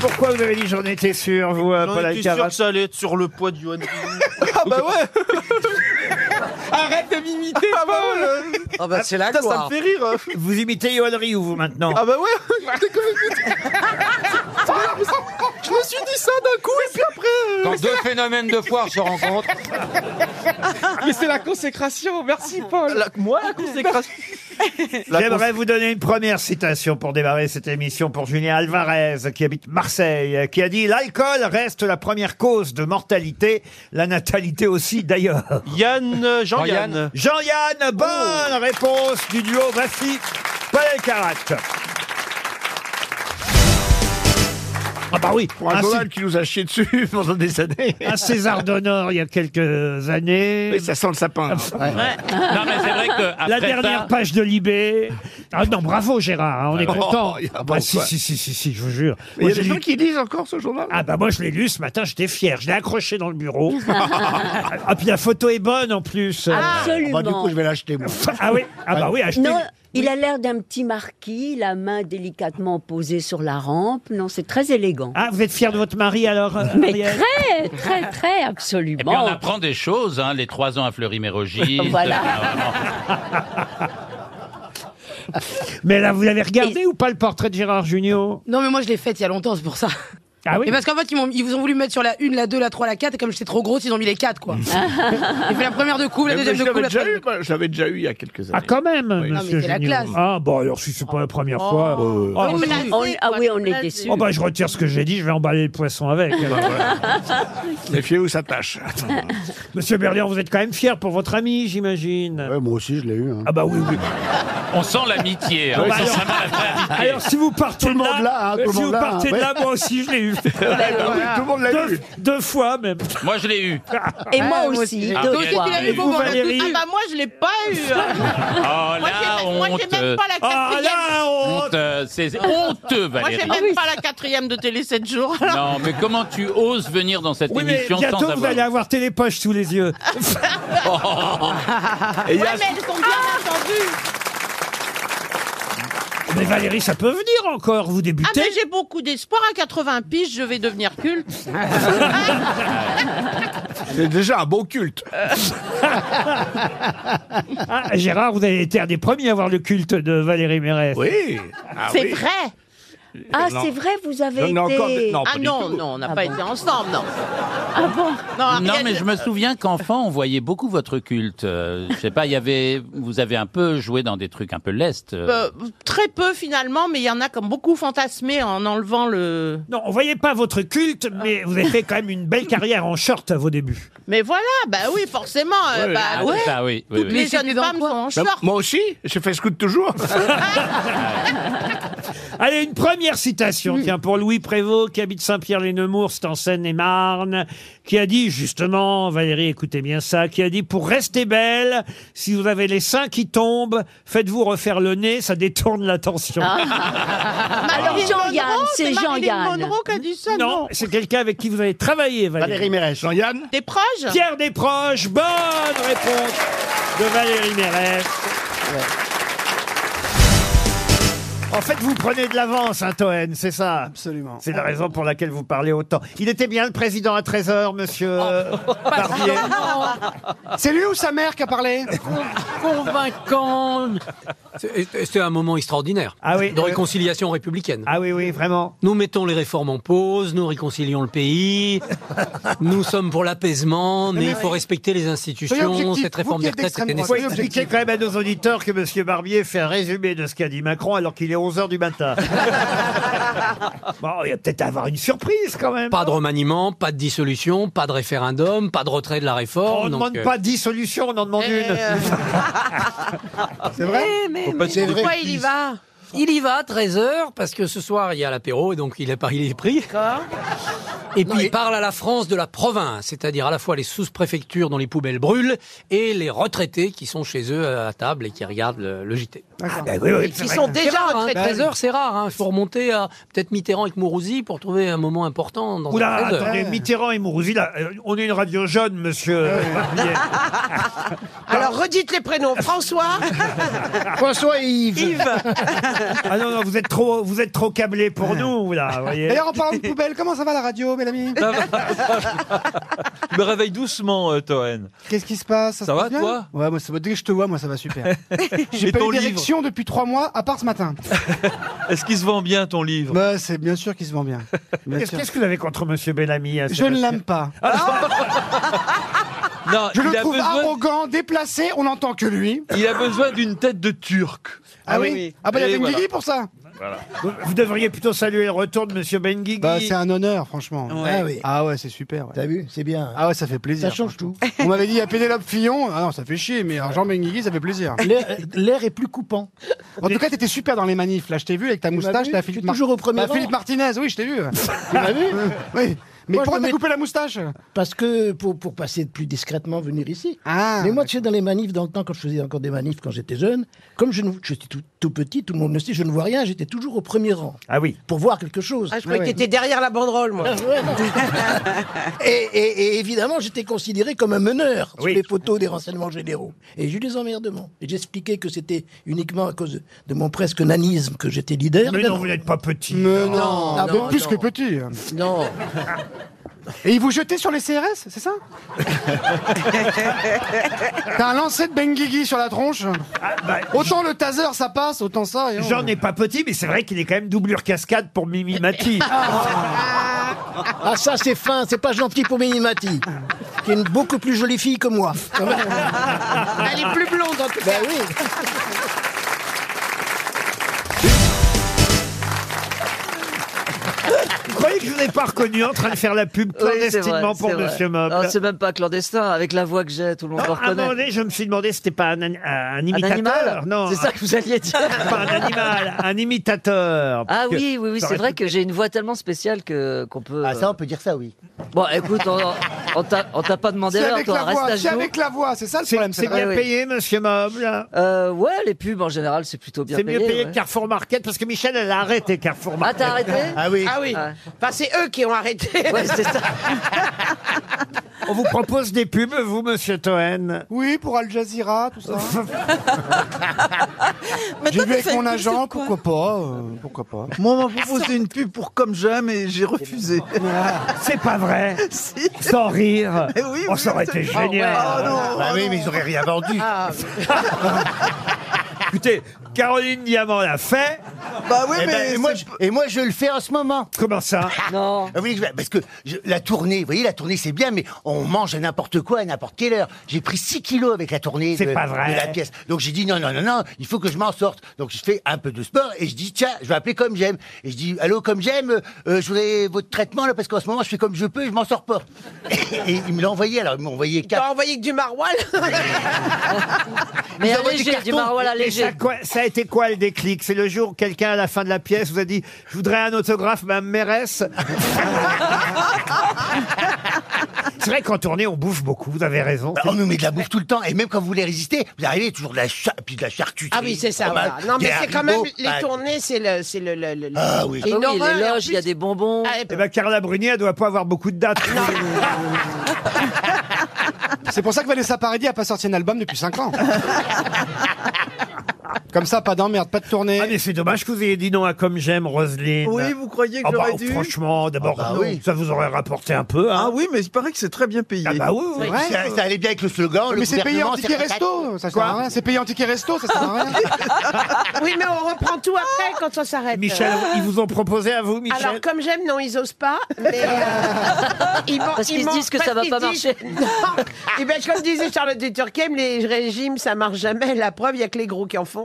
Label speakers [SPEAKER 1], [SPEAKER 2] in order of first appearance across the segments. [SPEAKER 1] Pourquoi vous avez dit j'en étais sûr, vous, euh, Paul
[SPEAKER 2] J'en étais sûr
[SPEAKER 1] Alcarat
[SPEAKER 2] que ça allait être sur le poids du Handy.
[SPEAKER 3] Ah bah ouais Arrête de m'imiter Ah bah ouais
[SPEAKER 4] Ah bah c'est la
[SPEAKER 3] Putain, ça
[SPEAKER 4] gloire.
[SPEAKER 3] me fait rire
[SPEAKER 1] Vous imitez Yoann Rioux, vous, maintenant
[SPEAKER 3] Ah bah ouais T'es comme- Je me suis dit ça d'un coup et puis après... euh,
[SPEAKER 5] Quand deux phénomènes de foire se rencontrent,
[SPEAKER 6] Mais c'est la consécration, merci Paul.
[SPEAKER 3] la- Moi la consécration
[SPEAKER 1] J'aimerais vous donner une première citation pour démarrer cette émission pour Julien Alvarez, qui habite Marseille, euh, qui a dit « L'alcool reste la première cause de mortalité, la natalité aussi d'ailleurs
[SPEAKER 2] Yann, euh, Jean-Yann. ».
[SPEAKER 7] Oh.
[SPEAKER 1] Jean-Yann, bonne réponse du duo Voici Paul Alcarat. Ah bah oui,
[SPEAKER 7] Pour un
[SPEAKER 1] un,
[SPEAKER 7] Donald qui nous a chié dessus pendant des années.
[SPEAKER 1] Cé- un César d'honneur il y a quelques années.
[SPEAKER 7] Et ça sent le sapin. là.
[SPEAKER 8] Non, mais c'est vrai que après
[SPEAKER 1] La dernière
[SPEAKER 8] ça,
[SPEAKER 1] page de Libé. Ah non, bravo Gérard, hein, on est
[SPEAKER 7] Oh,
[SPEAKER 1] content.
[SPEAKER 7] y a
[SPEAKER 1] Ah
[SPEAKER 7] pas
[SPEAKER 1] bah,
[SPEAKER 7] ou
[SPEAKER 1] si,
[SPEAKER 7] quoi.
[SPEAKER 1] si, si, si, si, je vous jure.
[SPEAKER 7] Mais Il
[SPEAKER 1] Moi,
[SPEAKER 7] y a des
[SPEAKER 1] j'ai
[SPEAKER 7] gens
[SPEAKER 1] lu-
[SPEAKER 7] qui lisent encore ce journal
[SPEAKER 1] Ah bah moi je l'ai lu ce matin, j'étais fier, je l'ai accroché dans le bureau. ah puis la photo est bonne en plus.
[SPEAKER 7] Bah,
[SPEAKER 9] Ah.
[SPEAKER 10] Ah, Absolument.
[SPEAKER 7] Du coup, je vais l'acheter. moi.
[SPEAKER 1] Ah oui, ah bah oui, achetez.
[SPEAKER 10] Non, il a l'air d'un petit marquis, la main délicatement posée sur la rampe. Non, c'est très élégant.
[SPEAKER 1] Ah vous êtes fier de votre mari alors euh,
[SPEAKER 10] Mais
[SPEAKER 1] Ariel
[SPEAKER 10] très,
[SPEAKER 7] Eh
[SPEAKER 8] et
[SPEAKER 10] très, très,
[SPEAKER 8] puis eh on
[SPEAKER 10] absolument.
[SPEAKER 8] apprend des choses, hein, les trois ans à Fleury-Mérogis. euh,
[SPEAKER 10] Voilà.
[SPEAKER 1] Mais là vous l'avez regardé ou pas le portrait de Gérard Junior
[SPEAKER 9] Non, mais moi je l'ai faite il y a longtemps, c'est pour ça.
[SPEAKER 1] Ah oui
[SPEAKER 9] Mais parce qu'en fait, ils, m'ont- ils vous ont voulu mettre sur la 1, la 2, la 3, la 4, et comme j'étais trop grosse, ils ont mis les 4, quoi. J'ai fait la première de couple, la
[SPEAKER 7] Mais
[SPEAKER 9] deuxième
[SPEAKER 7] je
[SPEAKER 9] de couple,
[SPEAKER 7] l'avais
[SPEAKER 9] la
[SPEAKER 7] déjà
[SPEAKER 9] troisième.
[SPEAKER 7] eu, moi. Je l'avais déjà eu il y a quelques
[SPEAKER 1] Ah
[SPEAKER 7] années.
[SPEAKER 1] quand même,
[SPEAKER 7] Oui.
[SPEAKER 9] Non, mais
[SPEAKER 1] monsieur
[SPEAKER 9] c'est la
[SPEAKER 1] Jugnot.
[SPEAKER 9] classe.
[SPEAKER 1] Ah bon alors si c'est pas la première fois. Ah,
[SPEAKER 9] Oui, mais la-
[SPEAKER 10] On- ah oui, on est déçus.
[SPEAKER 1] Oh bah je retire ce que j'ai dit, je vais emballer le poisson avec. alors.
[SPEAKER 7] Méfiez-vous, ça tâche.
[SPEAKER 1] Monsieur Berlian, vous êtes quand même fier pour votre ami, j'imagine.
[SPEAKER 7] moi aussi, je l'ai eu.
[SPEAKER 1] Ah bah oui, oui.
[SPEAKER 8] On sent l'amitié. hein,
[SPEAKER 1] Bah
[SPEAKER 8] on sent
[SPEAKER 1] alors-
[SPEAKER 8] vraiment la vraie amitié.
[SPEAKER 1] Alors si vous partez
[SPEAKER 7] Ah, Tout le
[SPEAKER 1] de
[SPEAKER 7] monde là, hein, tout le
[SPEAKER 1] si
[SPEAKER 7] monde
[SPEAKER 1] vous
[SPEAKER 7] là,
[SPEAKER 1] partez de
[SPEAKER 7] ouais.
[SPEAKER 1] là, moi aussi je l'ai eu
[SPEAKER 7] Eh ben Tout le monde l'a
[SPEAKER 1] deux,
[SPEAKER 7] eu.
[SPEAKER 1] deux fois même.
[SPEAKER 8] Moi, je l'ai eu.
[SPEAKER 10] Et moi
[SPEAKER 9] Ah, moi
[SPEAKER 10] aussi,
[SPEAKER 9] aussi.
[SPEAKER 8] Ah,
[SPEAKER 10] deux
[SPEAKER 9] Donc,
[SPEAKER 8] ok.
[SPEAKER 9] il
[SPEAKER 10] fois.
[SPEAKER 9] a eu bon,
[SPEAKER 1] Vous,
[SPEAKER 9] bon, on a tous-
[SPEAKER 1] Valérie
[SPEAKER 9] Ah bah moi, je l'ai pas eu.
[SPEAKER 8] Oh là, honte.
[SPEAKER 9] la
[SPEAKER 1] Ah là, on-
[SPEAKER 8] honte. euh, C'est honteux, Valérie. Ah,
[SPEAKER 10] même
[SPEAKER 9] pas la quatrième de Télé 7 jours.
[SPEAKER 8] Non, mais comment tu oses venir dans cette
[SPEAKER 1] Oui, mais
[SPEAKER 8] émission
[SPEAKER 1] bientôt
[SPEAKER 8] sans
[SPEAKER 1] vous
[SPEAKER 8] avoir...
[SPEAKER 1] allez avoir télépoche sous les yeux.
[SPEAKER 7] Ah.
[SPEAKER 9] Ah,
[SPEAKER 7] Et il y a-
[SPEAKER 9] elles sont bien entendues.
[SPEAKER 1] mais Valérie, ça peut venir encore, vous débutez.
[SPEAKER 9] j'ai beaucoup d'espoir. À 80 piges, je vais devenir culte.
[SPEAKER 7] C'est déjà un beau culte.
[SPEAKER 1] Ah, Gérard, vous avez été un des premiers à avoir le culte de Valérie Mérès.
[SPEAKER 7] Oui. Ah oui.
[SPEAKER 9] vrai.
[SPEAKER 10] Ah,
[SPEAKER 7] Non.
[SPEAKER 10] c'est vrai, vous
[SPEAKER 7] J'en
[SPEAKER 10] avez
[SPEAKER 7] ai encore des-
[SPEAKER 10] été...
[SPEAKER 7] Non, pas
[SPEAKER 9] Ah
[SPEAKER 7] du
[SPEAKER 9] non,
[SPEAKER 7] tout.
[SPEAKER 9] non, on n'a
[SPEAKER 10] Ah
[SPEAKER 9] pas
[SPEAKER 10] bon.
[SPEAKER 9] été ensemble, non.
[SPEAKER 10] Ah bon
[SPEAKER 9] Non,
[SPEAKER 8] Non,
[SPEAKER 9] Ariel,
[SPEAKER 8] mais je me souviens qu'enfant, on voyait beaucoup votre culte. Euh, je sais pas, il y avait, vous avez un peu joué dans des trucs un peu lest. euh.
[SPEAKER 9] euh, très peu finalement, mais il y en a comme beaucoup fantasmé en enlevant le.
[SPEAKER 1] Non, on voyait pas votre culte, mais vous avez fait quand même une belle carrière en short à vos débuts.
[SPEAKER 9] Mais voilà, bah oui, forcément. euh,
[SPEAKER 7] Ouais,
[SPEAKER 9] bah
[SPEAKER 8] Ah, c'est
[SPEAKER 9] ouais.
[SPEAKER 8] ça, oui, oui,
[SPEAKER 9] Toutes
[SPEAKER 8] oui.
[SPEAKER 9] les jeunes femmes sont en
[SPEAKER 7] Bah,
[SPEAKER 9] short.
[SPEAKER 7] Moi aussi, j'ai fait scout toujours.
[SPEAKER 1] Allez, une première citation, tiens, pour Louis Prévost, qui habite Saint-Pierre-les-Nemours, c'est en Seine-et-Marne, qui a dit, justement, Valérie, écoutez bien ça, qui a dit, pour rester belle, si vous avez les seins qui tombent, faites-vous refaire le nez, ça détourne l'attention.
[SPEAKER 10] Alors Jean-Yann, c'est
[SPEAKER 9] Marilyn
[SPEAKER 10] Jean-Yann.
[SPEAKER 9] Monroe qui a dit ça, non,
[SPEAKER 1] non, c'est quelqu'un avec qui vous avez travaillé, Valérie.
[SPEAKER 7] Valérie Mérès. Jean-Yann
[SPEAKER 9] T'es proche
[SPEAKER 1] Pierre Desproges, bonne réponse de Valérie Mérès. En fait, vous prenez de l'avance, hein, Toen, c'est ça Absolument. C'est la raison pour laquelle vous parlez autant. Il était bien le président à 13h, monsieur euh,
[SPEAKER 9] Oh.
[SPEAKER 1] Barbier.
[SPEAKER 3] C'est lui ou sa mère qui a parlé
[SPEAKER 6] Convaincant. C'était un moment extraordinaire
[SPEAKER 1] Ah oui.
[SPEAKER 6] de réconciliation républicaine.
[SPEAKER 1] Ah oui, oui, vraiment.
[SPEAKER 6] Nous mettons les réformes en pause, nous réconcilions le pays, nous sommes pour l'apaisement, mais il faut respecter les
[SPEAKER 3] Soyez
[SPEAKER 6] institutions,
[SPEAKER 3] objectif,
[SPEAKER 6] cette
[SPEAKER 3] vous qui
[SPEAKER 6] réforme des
[SPEAKER 3] êtes
[SPEAKER 6] retraites
[SPEAKER 3] d'extrême
[SPEAKER 6] c'était
[SPEAKER 1] Il faut
[SPEAKER 3] droite.
[SPEAKER 6] nécessaire.
[SPEAKER 1] expliquer quand même à nos auditeurs que Monsieur Barbier fait un résumé de ce qu'a dit Macron alors qu'il est 11h du matin. bon, il va peut-être avoir une surprise quand même.
[SPEAKER 6] Pas de remaniement, pas de dissolution, pas de référendum, pas de retrait de la réforme.
[SPEAKER 1] On ne
[SPEAKER 6] donc,
[SPEAKER 1] demande
[SPEAKER 6] euh,
[SPEAKER 1] pas 10 solutions, on en demande
[SPEAKER 9] Eh,
[SPEAKER 1] une.
[SPEAKER 9] euh,
[SPEAKER 7] C'est vrai
[SPEAKER 6] Eh,
[SPEAKER 3] C'est vrai.
[SPEAKER 9] Pourquoi il y va
[SPEAKER 6] Il y va, 13h, parce que ce soir, il y a l'apéro, et donc il est, pas- il est pris. Et puis il parle à la France de la province, c'est-à-dire à la fois les sous-préfectures dont les poubelles brûlent et les retraités qui sont chez eux à table et qui regardent le, le JT.
[SPEAKER 7] Ah,
[SPEAKER 1] Eh
[SPEAKER 11] Ils sont déjà
[SPEAKER 6] rare, hein,
[SPEAKER 11] retraités.
[SPEAKER 6] 13 heures, c'est rare. hein. Il faut remonter à peut-être Mitterrand avec Mourouzi pour trouver un moment important dans
[SPEAKER 1] Oula,
[SPEAKER 6] un 13 heures.
[SPEAKER 1] attendez, Mitterrand et Mourouzi, là, euh, on est une radio jeune, monsieur. euh, Barbier.
[SPEAKER 11] Alors redites les prénoms. François.
[SPEAKER 7] François et Yves.
[SPEAKER 1] ah non, non, vous êtes trop, vous êtes trop câblé pour nous, là, vous voyez.
[SPEAKER 7] D'ailleurs, en parlant de poubelle, comment ça va la radio, mes amis
[SPEAKER 2] Me réveille doucement, euh, Toen.
[SPEAKER 7] Qu'est-ce qui se passe
[SPEAKER 2] Ça
[SPEAKER 7] se
[SPEAKER 2] va,
[SPEAKER 7] passe bien
[SPEAKER 2] toi
[SPEAKER 7] Ouais, moi, ça va. Dès que je te vois, moi, ça va super. J'ai
[SPEAKER 2] Et
[SPEAKER 7] pas
[SPEAKER 2] ton
[SPEAKER 7] eu
[SPEAKER 2] livre
[SPEAKER 7] d'érection depuis trois mois, à part ce matin.
[SPEAKER 2] Est-ce qu'il se vend bien ton livre
[SPEAKER 7] Bah, c'est bien sûr qu'il se vend bien. Bien
[SPEAKER 1] Qu'est-ce
[SPEAKER 7] sûr.
[SPEAKER 1] qu'est-ce que vous avez contre monsieur Bellamy hein,
[SPEAKER 7] Je ne
[SPEAKER 1] Sébastien
[SPEAKER 7] l'aime pas.
[SPEAKER 2] Non,
[SPEAKER 7] Je
[SPEAKER 2] il,
[SPEAKER 7] le
[SPEAKER 2] a
[SPEAKER 7] trouve
[SPEAKER 2] besoin,
[SPEAKER 7] arrogant, déplacé, on n'entend que lui.
[SPEAKER 2] il a besoin d'une tête de turc.
[SPEAKER 7] Ah, oui. Ah bah, il y
[SPEAKER 2] Et
[SPEAKER 7] avait une
[SPEAKER 2] voilà.
[SPEAKER 7] Guigui pour ça.
[SPEAKER 1] Vous, vous devriez plutôt saluer le retour de monsieur Benguigui.
[SPEAKER 7] Bah, c'est un honneur, franchement.
[SPEAKER 9] Ah oui.
[SPEAKER 7] Ah ouais, c'est super. ouais.
[SPEAKER 9] T'as vu C'est bien.
[SPEAKER 7] Ah ouais, ça fait plaisir.
[SPEAKER 9] Ça change tout.
[SPEAKER 7] On m'avait dit à Pénélope Fillon, ah non, ça fait chier, mais alors Jean Benguigui, ça fait plaisir.
[SPEAKER 9] L'air l'air est plus coupant.
[SPEAKER 7] En tout cas, t'étais super dans les manifs, là, je t'ai vu avec ta
[SPEAKER 9] m'as
[SPEAKER 7] moustache,
[SPEAKER 9] vu
[SPEAKER 7] t'as
[SPEAKER 9] Je suis
[SPEAKER 7] Philippe, Mar-
[SPEAKER 9] toujours au premier
[SPEAKER 7] t'as
[SPEAKER 9] rang.
[SPEAKER 7] Philippe Martinez, oui, je t'ai vu.
[SPEAKER 9] Tu m'as vu
[SPEAKER 7] oui. Mais
[SPEAKER 9] Moi, je
[SPEAKER 7] pourquoi
[SPEAKER 9] me
[SPEAKER 7] t'as
[SPEAKER 9] mets-
[SPEAKER 7] coupé la moustache
[SPEAKER 9] Parce que pour, pour passer plus discrètement, venir ici.
[SPEAKER 7] Ah
[SPEAKER 9] Mais moi, tu sais, dans les manifs, dans le temps, quand je faisais encore des manifs quand j'étais jeune, comme je ne- j'étais tout, tout petit, tout le monde le sait, je ne vois rien, j'étais toujours au premier rang
[SPEAKER 1] Ah oui.
[SPEAKER 9] pour voir quelque chose.
[SPEAKER 11] Ah, je croyais
[SPEAKER 7] Ah ouais.
[SPEAKER 11] que t'étais derrière la banderole, moi.
[SPEAKER 9] Ouais, non. et, et- et évidemment, j'étais considéré comme un meneur sur
[SPEAKER 1] Oui.
[SPEAKER 9] les photos des renseignements généraux. Et j'ai eu des emmerdements. Et j'expliquais que c'était uniquement à cause de mon presque nanisme que j'étais leader.
[SPEAKER 1] Mais non, vous n'êtes pas petit.
[SPEAKER 7] Mais non,
[SPEAKER 9] Ah
[SPEAKER 7] mais
[SPEAKER 9] bon,
[SPEAKER 7] ben, plus
[SPEAKER 9] non.
[SPEAKER 7] que petit. hein.
[SPEAKER 9] Non.
[SPEAKER 7] Et ils vous jetaient sur les CRS, c'est ça T'as un lancer de Benguigui sur la tronche.
[SPEAKER 1] Ah, bah,
[SPEAKER 7] Autant le taser, ça passe, autant ça. et on-
[SPEAKER 1] J'en ai pas petit, mais c'est vrai qu'il est quand même doublure cascade pour Mimi Mati.
[SPEAKER 9] Ah ça, c'est fin, c'est pas gentil pour Minimati, qui est une beaucoup plus jolie fille que moi.
[SPEAKER 11] Elle est plus blonde, en tout cas.
[SPEAKER 9] Ben oui.
[SPEAKER 1] Vous croyez que je ne l'ai pas reconnu en train de faire la pub clandestinement pour monsieur Mob
[SPEAKER 12] même pas clandestin, avec la voix que j'ai, tout le monde
[SPEAKER 1] Non, à un moment donné, je me suis demandé si c'était pas un, an- un
[SPEAKER 12] Un
[SPEAKER 1] imitateur.
[SPEAKER 12] animal
[SPEAKER 1] Non,
[SPEAKER 12] C'est ça que vous alliez dire
[SPEAKER 1] pas un animal, un imitateur.
[SPEAKER 12] Ah
[SPEAKER 1] Parce que
[SPEAKER 12] oui, oui, oui,
[SPEAKER 1] ça
[SPEAKER 12] c'est
[SPEAKER 1] aurait
[SPEAKER 12] vrai
[SPEAKER 1] pu-
[SPEAKER 12] que j'ai une voix tellement spéciale que qu'on peut...
[SPEAKER 9] Ah ça,
[SPEAKER 12] euh,
[SPEAKER 9] on peut dire ça, oui.
[SPEAKER 12] Bon, écoute, on, on t'a on t'a pas demandé
[SPEAKER 7] C'est
[SPEAKER 12] alors,
[SPEAKER 7] avec
[SPEAKER 12] toi,
[SPEAKER 7] la
[SPEAKER 12] reste
[SPEAKER 7] voix,
[SPEAKER 12] à
[SPEAKER 7] c'est
[SPEAKER 12] genoux.
[SPEAKER 7] avec la voix, c'est ça le
[SPEAKER 1] C'est
[SPEAKER 7] problème.
[SPEAKER 1] c'est
[SPEAKER 7] C'est
[SPEAKER 1] bien
[SPEAKER 12] oui.
[SPEAKER 1] payé, monsieur Mob. là
[SPEAKER 12] Euh, ouais, les pubs, en général, c'est plutôt bien
[SPEAKER 1] C'est
[SPEAKER 12] payé.
[SPEAKER 1] mieux payé
[SPEAKER 12] ouais.
[SPEAKER 1] que Carrefour Market parce que Michel, elle a arrêté Carrefour
[SPEAKER 12] Ah,
[SPEAKER 1] Market.
[SPEAKER 12] t'as arrêté
[SPEAKER 9] Ah oui.
[SPEAKER 11] Ah oui.
[SPEAKER 12] Ouais.
[SPEAKER 11] Enfin, c'est eux qui ont arrêté.
[SPEAKER 12] Ouais, c'est ça.
[SPEAKER 1] On vous propose des pubs, vous, monsieur Toen.
[SPEAKER 7] Oui, pour Al Jazeera, tout ça. J'ai vu avec mon agent, pourquoi pas, euh, pourquoi pas.
[SPEAKER 2] Moi, on m'a proposé une pub pour Comme J'aime et j'ai refusé.
[SPEAKER 1] C'est pas vrai. Sans rire.
[SPEAKER 2] Eh oui,
[SPEAKER 1] oh,
[SPEAKER 2] oui,
[SPEAKER 1] ça aurait été
[SPEAKER 2] absolument.
[SPEAKER 1] génial.
[SPEAKER 7] Bah oui, mais ils auraient rien vendu.
[SPEAKER 1] Écoutez, Caroline Diamant l'a fait.
[SPEAKER 2] Bah oui,
[SPEAKER 7] Eh ben, et moi, je-
[SPEAKER 9] Et moi, je le fais en ce moment.
[SPEAKER 1] Comment ça
[SPEAKER 12] Non.
[SPEAKER 9] Ah oui, je- parce que je- la tournée, vous voyez, la tournée c'est bien, mais on mange à n'importe quoi, à n'importe quelle heure. J'ai pris 6 kilos avec la tournée
[SPEAKER 1] C'est
[SPEAKER 9] de,
[SPEAKER 1] pas vrai.
[SPEAKER 9] de la pièce. Donc j'ai dit non, non, non, non, il faut que je m'en sorte. Donc je fais un peu de sport et je dis tiens, je vais appeler comme j'aime. Et je dis allô comme j'aime, euh, euh, je voudrais votre traitement là parce qu'en ce moment je fais comme je peux et je m'en sors pas. Et, il me l'a envoyé alors, il m'a envoyé
[SPEAKER 11] T'as
[SPEAKER 9] 4.
[SPEAKER 11] envoyé que du maroilles
[SPEAKER 12] Mais
[SPEAKER 9] envoie des
[SPEAKER 12] allégé, du
[SPEAKER 9] cartons,
[SPEAKER 12] maroilles
[SPEAKER 1] Ah Et ça,
[SPEAKER 12] allégé.
[SPEAKER 1] quoi- ça a été quoi le déclic C'est le jour où quelqu'un à la fin de la pièce vous a dit Je voudrais un autographe, ma mairesse. C'est vrai qu'en tournée, on bouffe beaucoup, vous avez raison.
[SPEAKER 9] Bah, on nous met de la bouffe tout le temps et même quand vous voulez résister, vous arrivez toujours de la, char- puis de la charcuterie.
[SPEAKER 11] Ah oui, c'est ça.
[SPEAKER 9] du fromage,
[SPEAKER 11] voilà. Non,
[SPEAKER 9] des
[SPEAKER 11] mais c'est quand même
[SPEAKER 9] haricots,
[SPEAKER 11] les
[SPEAKER 9] bah,
[SPEAKER 11] tournées, c'est le, c'est le, le, le-
[SPEAKER 9] Ah oui.
[SPEAKER 11] c'est
[SPEAKER 12] Ah
[SPEAKER 11] une
[SPEAKER 12] oui,
[SPEAKER 11] horreur,
[SPEAKER 12] les
[SPEAKER 11] et en
[SPEAKER 12] loges, il y a
[SPEAKER 11] plus-
[SPEAKER 12] des bonbons.
[SPEAKER 11] Ah, et-
[SPEAKER 1] Eh ben, Carla Bruni, elle doit pas avoir beaucoup de dates.
[SPEAKER 7] C'est pour ça que Vanessa Paradis a pas sorti un album depuis 5 ans. Comme ça, pas d'emmerde, pas de tournée.
[SPEAKER 1] Ah, mais c'est dommage que vous ayez dit non à Comme J'aime, Roselyne.
[SPEAKER 2] Oui, vous croyez que
[SPEAKER 1] Ah bah,
[SPEAKER 2] j'aurais dû
[SPEAKER 1] Franchement, d'abord,
[SPEAKER 9] Ah bah
[SPEAKER 1] non,
[SPEAKER 9] oui.
[SPEAKER 1] ça vous aurait rapporté un peu. hein.
[SPEAKER 2] Ah oui, mais il paraît que c'est très bien payé.
[SPEAKER 1] Ah bah oui, oui.
[SPEAKER 9] c'est- Ça, allait bien avec le slogan. le
[SPEAKER 7] Mais c'est payé en
[SPEAKER 9] gouvernement,
[SPEAKER 7] ticket
[SPEAKER 9] c'est-
[SPEAKER 7] resto, ça sert à
[SPEAKER 1] Quoi
[SPEAKER 7] rien. C'est payé en ticket resto, ça sert à rien.
[SPEAKER 11] Oui, mais on reprend tout après quand on s'arrête.
[SPEAKER 1] Michel, ils vous ont proposé à vous, Michel
[SPEAKER 11] Alors, comme j'aime, non, ils osent pas. Mais euh, ils m'ont-
[SPEAKER 12] Parce qu'ils
[SPEAKER 11] ils
[SPEAKER 12] se
[SPEAKER 11] m'ont-
[SPEAKER 12] disent que ça
[SPEAKER 11] parce
[SPEAKER 12] va
[SPEAKER 11] qu'ils
[SPEAKER 12] pas
[SPEAKER 11] disent-
[SPEAKER 12] marcher.
[SPEAKER 11] Non. Et ben, comme disait Charlotte de Turckheim, les régimes, ça marche jamais. La preuve, il y a que les gros qui en font.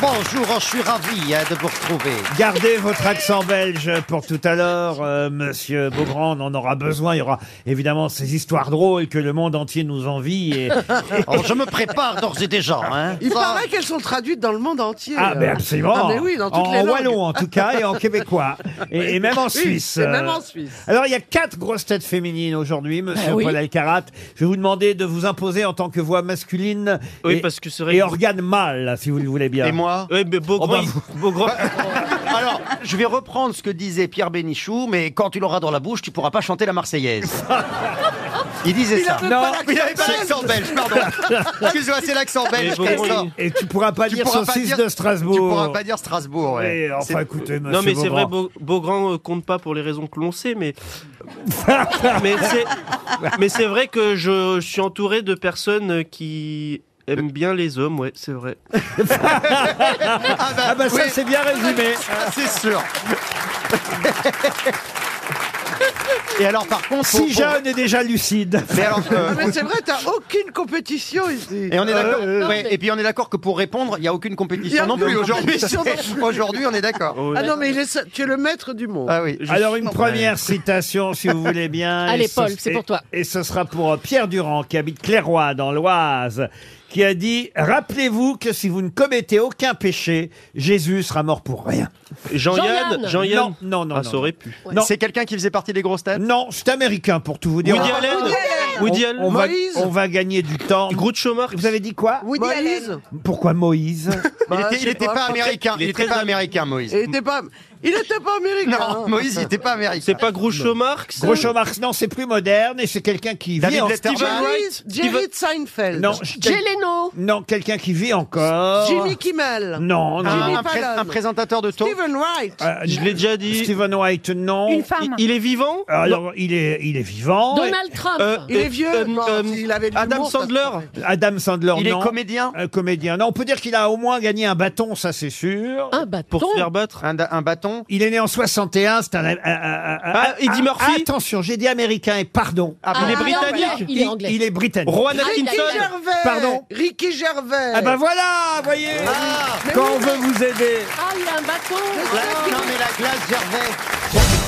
[SPEAKER 9] Bonjour, je suis ravi hein, de vous retrouver.
[SPEAKER 1] Gardez votre accent belge pour tout à l'heure, euh, monsieur Beaugrand. On en aura besoin. Il y aura évidemment ces histoires drôles que le monde entier nous envie. Et...
[SPEAKER 9] Oh, je me prépare d'ores et déjà. Hein.
[SPEAKER 7] Il paraît qu'elles sont traduites dans le monde entier.
[SPEAKER 1] Ah, mais absolument.
[SPEAKER 7] Ah, mais oui, dans toutes
[SPEAKER 1] en
[SPEAKER 7] les langues.
[SPEAKER 1] wallon, en tout cas, et en québécois. Et, et même en
[SPEAKER 7] Oui,
[SPEAKER 1] Suisse.
[SPEAKER 7] et même
[SPEAKER 1] euh.
[SPEAKER 7] en Suisse. Ben
[SPEAKER 1] Alors, il y a quatre grosses têtes féminines aujourd'hui, monsieur
[SPEAKER 11] Ah oui.
[SPEAKER 1] Paul Alcarat. Je vais vous demander de vous imposer en tant que voix masculine.
[SPEAKER 11] Oui,
[SPEAKER 1] et,
[SPEAKER 11] parce que c'est vrai
[SPEAKER 1] Et
[SPEAKER 11] que-
[SPEAKER 1] organe mâle, si vous le voulez bien. ben,
[SPEAKER 9] Et moi
[SPEAKER 11] Oui, mais beau
[SPEAKER 9] Oh, bah, vous- Alors, je vais reprendre ce que disait Pierre Bénichou, mais quand tu l'auras dans la bouche, tu pourras pas chanter la Marseillaise. Il disait
[SPEAKER 1] Il
[SPEAKER 9] ça.
[SPEAKER 1] avait Non. pas l'accent
[SPEAKER 9] il avait pas
[SPEAKER 1] belge.
[SPEAKER 9] l'accent belge, pardon. Excuse-moi, c'est l'accent belge.
[SPEAKER 1] Et,
[SPEAKER 9] Christophe.
[SPEAKER 1] et tu pourras pas
[SPEAKER 9] Tu
[SPEAKER 1] dire
[SPEAKER 9] pourras pas
[SPEAKER 1] saucisse
[SPEAKER 9] dire-
[SPEAKER 1] de Strasbourg.
[SPEAKER 9] Tu pourras pas dire Strasbourg, ouais.
[SPEAKER 1] Mais enfin,
[SPEAKER 9] C'est-
[SPEAKER 1] écoutez,
[SPEAKER 11] Non,
[SPEAKER 1] monsieur
[SPEAKER 11] mais c'est vrai,
[SPEAKER 1] Beaugrand.
[SPEAKER 11] Beau- Beaugrand euh, compte pas pour les raisons que l'on sait, mais. mais c'est mais c'est vrai que je, suis entouré de personnes qui aiment bien les hommes, ouais, c'est vrai.
[SPEAKER 9] ah bah,
[SPEAKER 1] ça, c'est bien résumé.
[SPEAKER 9] c'est sûr. Et alors, par contre,
[SPEAKER 1] Si
[SPEAKER 9] faut- faut-
[SPEAKER 1] jeune et déjà lucide.
[SPEAKER 9] Mais alors, euh,
[SPEAKER 7] Mais c'est vrai, t'as aucune compétition ici.
[SPEAKER 9] Et on est d'accord.
[SPEAKER 7] Euh, Non,
[SPEAKER 9] ouais,
[SPEAKER 7] mais-
[SPEAKER 9] Et puis on est d'accord que pour répondre, il n'y a
[SPEAKER 7] Il
[SPEAKER 9] aucune
[SPEAKER 7] y a
[SPEAKER 9] compétition non
[SPEAKER 7] aucune
[SPEAKER 9] plus aujourd'hui.
[SPEAKER 7] compétition non plus.
[SPEAKER 9] aujourd'hui, on est d'accord.
[SPEAKER 7] Ah non, mais il est seul- tu es le maître du monde.
[SPEAKER 1] Euh,
[SPEAKER 9] Ah oui.
[SPEAKER 1] Oh, Alors une première citation, si vous voulez bien.
[SPEAKER 7] Allez,
[SPEAKER 1] Et ce-
[SPEAKER 7] Paul, c'est pour
[SPEAKER 1] et-
[SPEAKER 7] toi.
[SPEAKER 1] Et ce sera pour euh, Pierre Durand, qui habite Clairoy, dans l'Oise, qui a dit « Rappelez-vous que si vous ne commettez aucun péché, Jésus sera mort pour rien. »
[SPEAKER 11] Jean-Yann, Jean-Yann.
[SPEAKER 1] Non, non, non.
[SPEAKER 11] Ah, ça aurait pu.
[SPEAKER 1] C'est
[SPEAKER 9] quelqu'un qui faisait partie des grosses têtes
[SPEAKER 1] Non, c'est américain, pour tout vous dire.
[SPEAKER 11] Woody
[SPEAKER 1] On-
[SPEAKER 11] Allen.
[SPEAKER 1] on-
[SPEAKER 11] Woody Allen.
[SPEAKER 1] on, va,
[SPEAKER 11] Moïse.
[SPEAKER 1] on va gagner du temps.
[SPEAKER 11] Groucho Marx.
[SPEAKER 1] Vous avez dit quoi
[SPEAKER 7] Woody Allen.
[SPEAKER 1] Pourquoi Moïse
[SPEAKER 9] Il
[SPEAKER 7] Bah,
[SPEAKER 9] était- il était pas américain. Il était pas américain, Moïse.
[SPEAKER 7] Il était pas, il était pas américain. hein.
[SPEAKER 9] Non, Moïse, il était pas américain.
[SPEAKER 11] C'est pas Groucho Marx
[SPEAKER 1] Groucho Marx, non, c'est plus moderne et c'est quelqu'un qui vit
[SPEAKER 9] David
[SPEAKER 1] en...
[SPEAKER 9] Letterman.
[SPEAKER 1] Steven-
[SPEAKER 7] Jerry, Jerry Seinfeld.
[SPEAKER 1] Non, je-
[SPEAKER 7] Jay Leno.
[SPEAKER 1] Non, quelqu'un qui vit encore.
[SPEAKER 7] Jimmy Kimmel.
[SPEAKER 1] Non, non.
[SPEAKER 7] Jimmy
[SPEAKER 1] Un pré-
[SPEAKER 7] Fallon.
[SPEAKER 1] un
[SPEAKER 9] présentateur de talk.
[SPEAKER 7] Stephen Wright.
[SPEAKER 1] je l'ai déjà dit. Euh, Stephen White, non.
[SPEAKER 7] Une femme.
[SPEAKER 1] Il,
[SPEAKER 11] est vivant
[SPEAKER 1] Alors, il est, il est vivant.
[SPEAKER 7] Trump. il
[SPEAKER 1] Euh,
[SPEAKER 7] est vieux. non, il avait de l'humour, ça se saurait.
[SPEAKER 1] Adam Sandler,
[SPEAKER 9] Il est
[SPEAKER 1] non.
[SPEAKER 9] comédien
[SPEAKER 1] Euh, comédien. Non, on peut dire qu'il a au moins gagné un bâton, ça c'est sûr.
[SPEAKER 10] Ah.
[SPEAKER 7] Un bâton Pour se faire
[SPEAKER 11] battre
[SPEAKER 9] Un, da- un bâton
[SPEAKER 1] Il est né en 61, c'est un... euh,
[SPEAKER 11] Ah, Eddie Murphy
[SPEAKER 1] Attention, j'ai dit américain et pardon.
[SPEAKER 9] Ah,
[SPEAKER 11] Il est britannique
[SPEAKER 1] Il est anglais. Il est britannique.
[SPEAKER 11] Rowan
[SPEAKER 7] Ricky
[SPEAKER 11] Atkinson
[SPEAKER 7] Gervais.
[SPEAKER 1] Pardon
[SPEAKER 7] Ricky Gervais.
[SPEAKER 1] Ah ben voilà, voyez Quand on veut vous aider.
[SPEAKER 7] Ah, il a un bâton.
[SPEAKER 9] La- Non, mais la glace Gervais.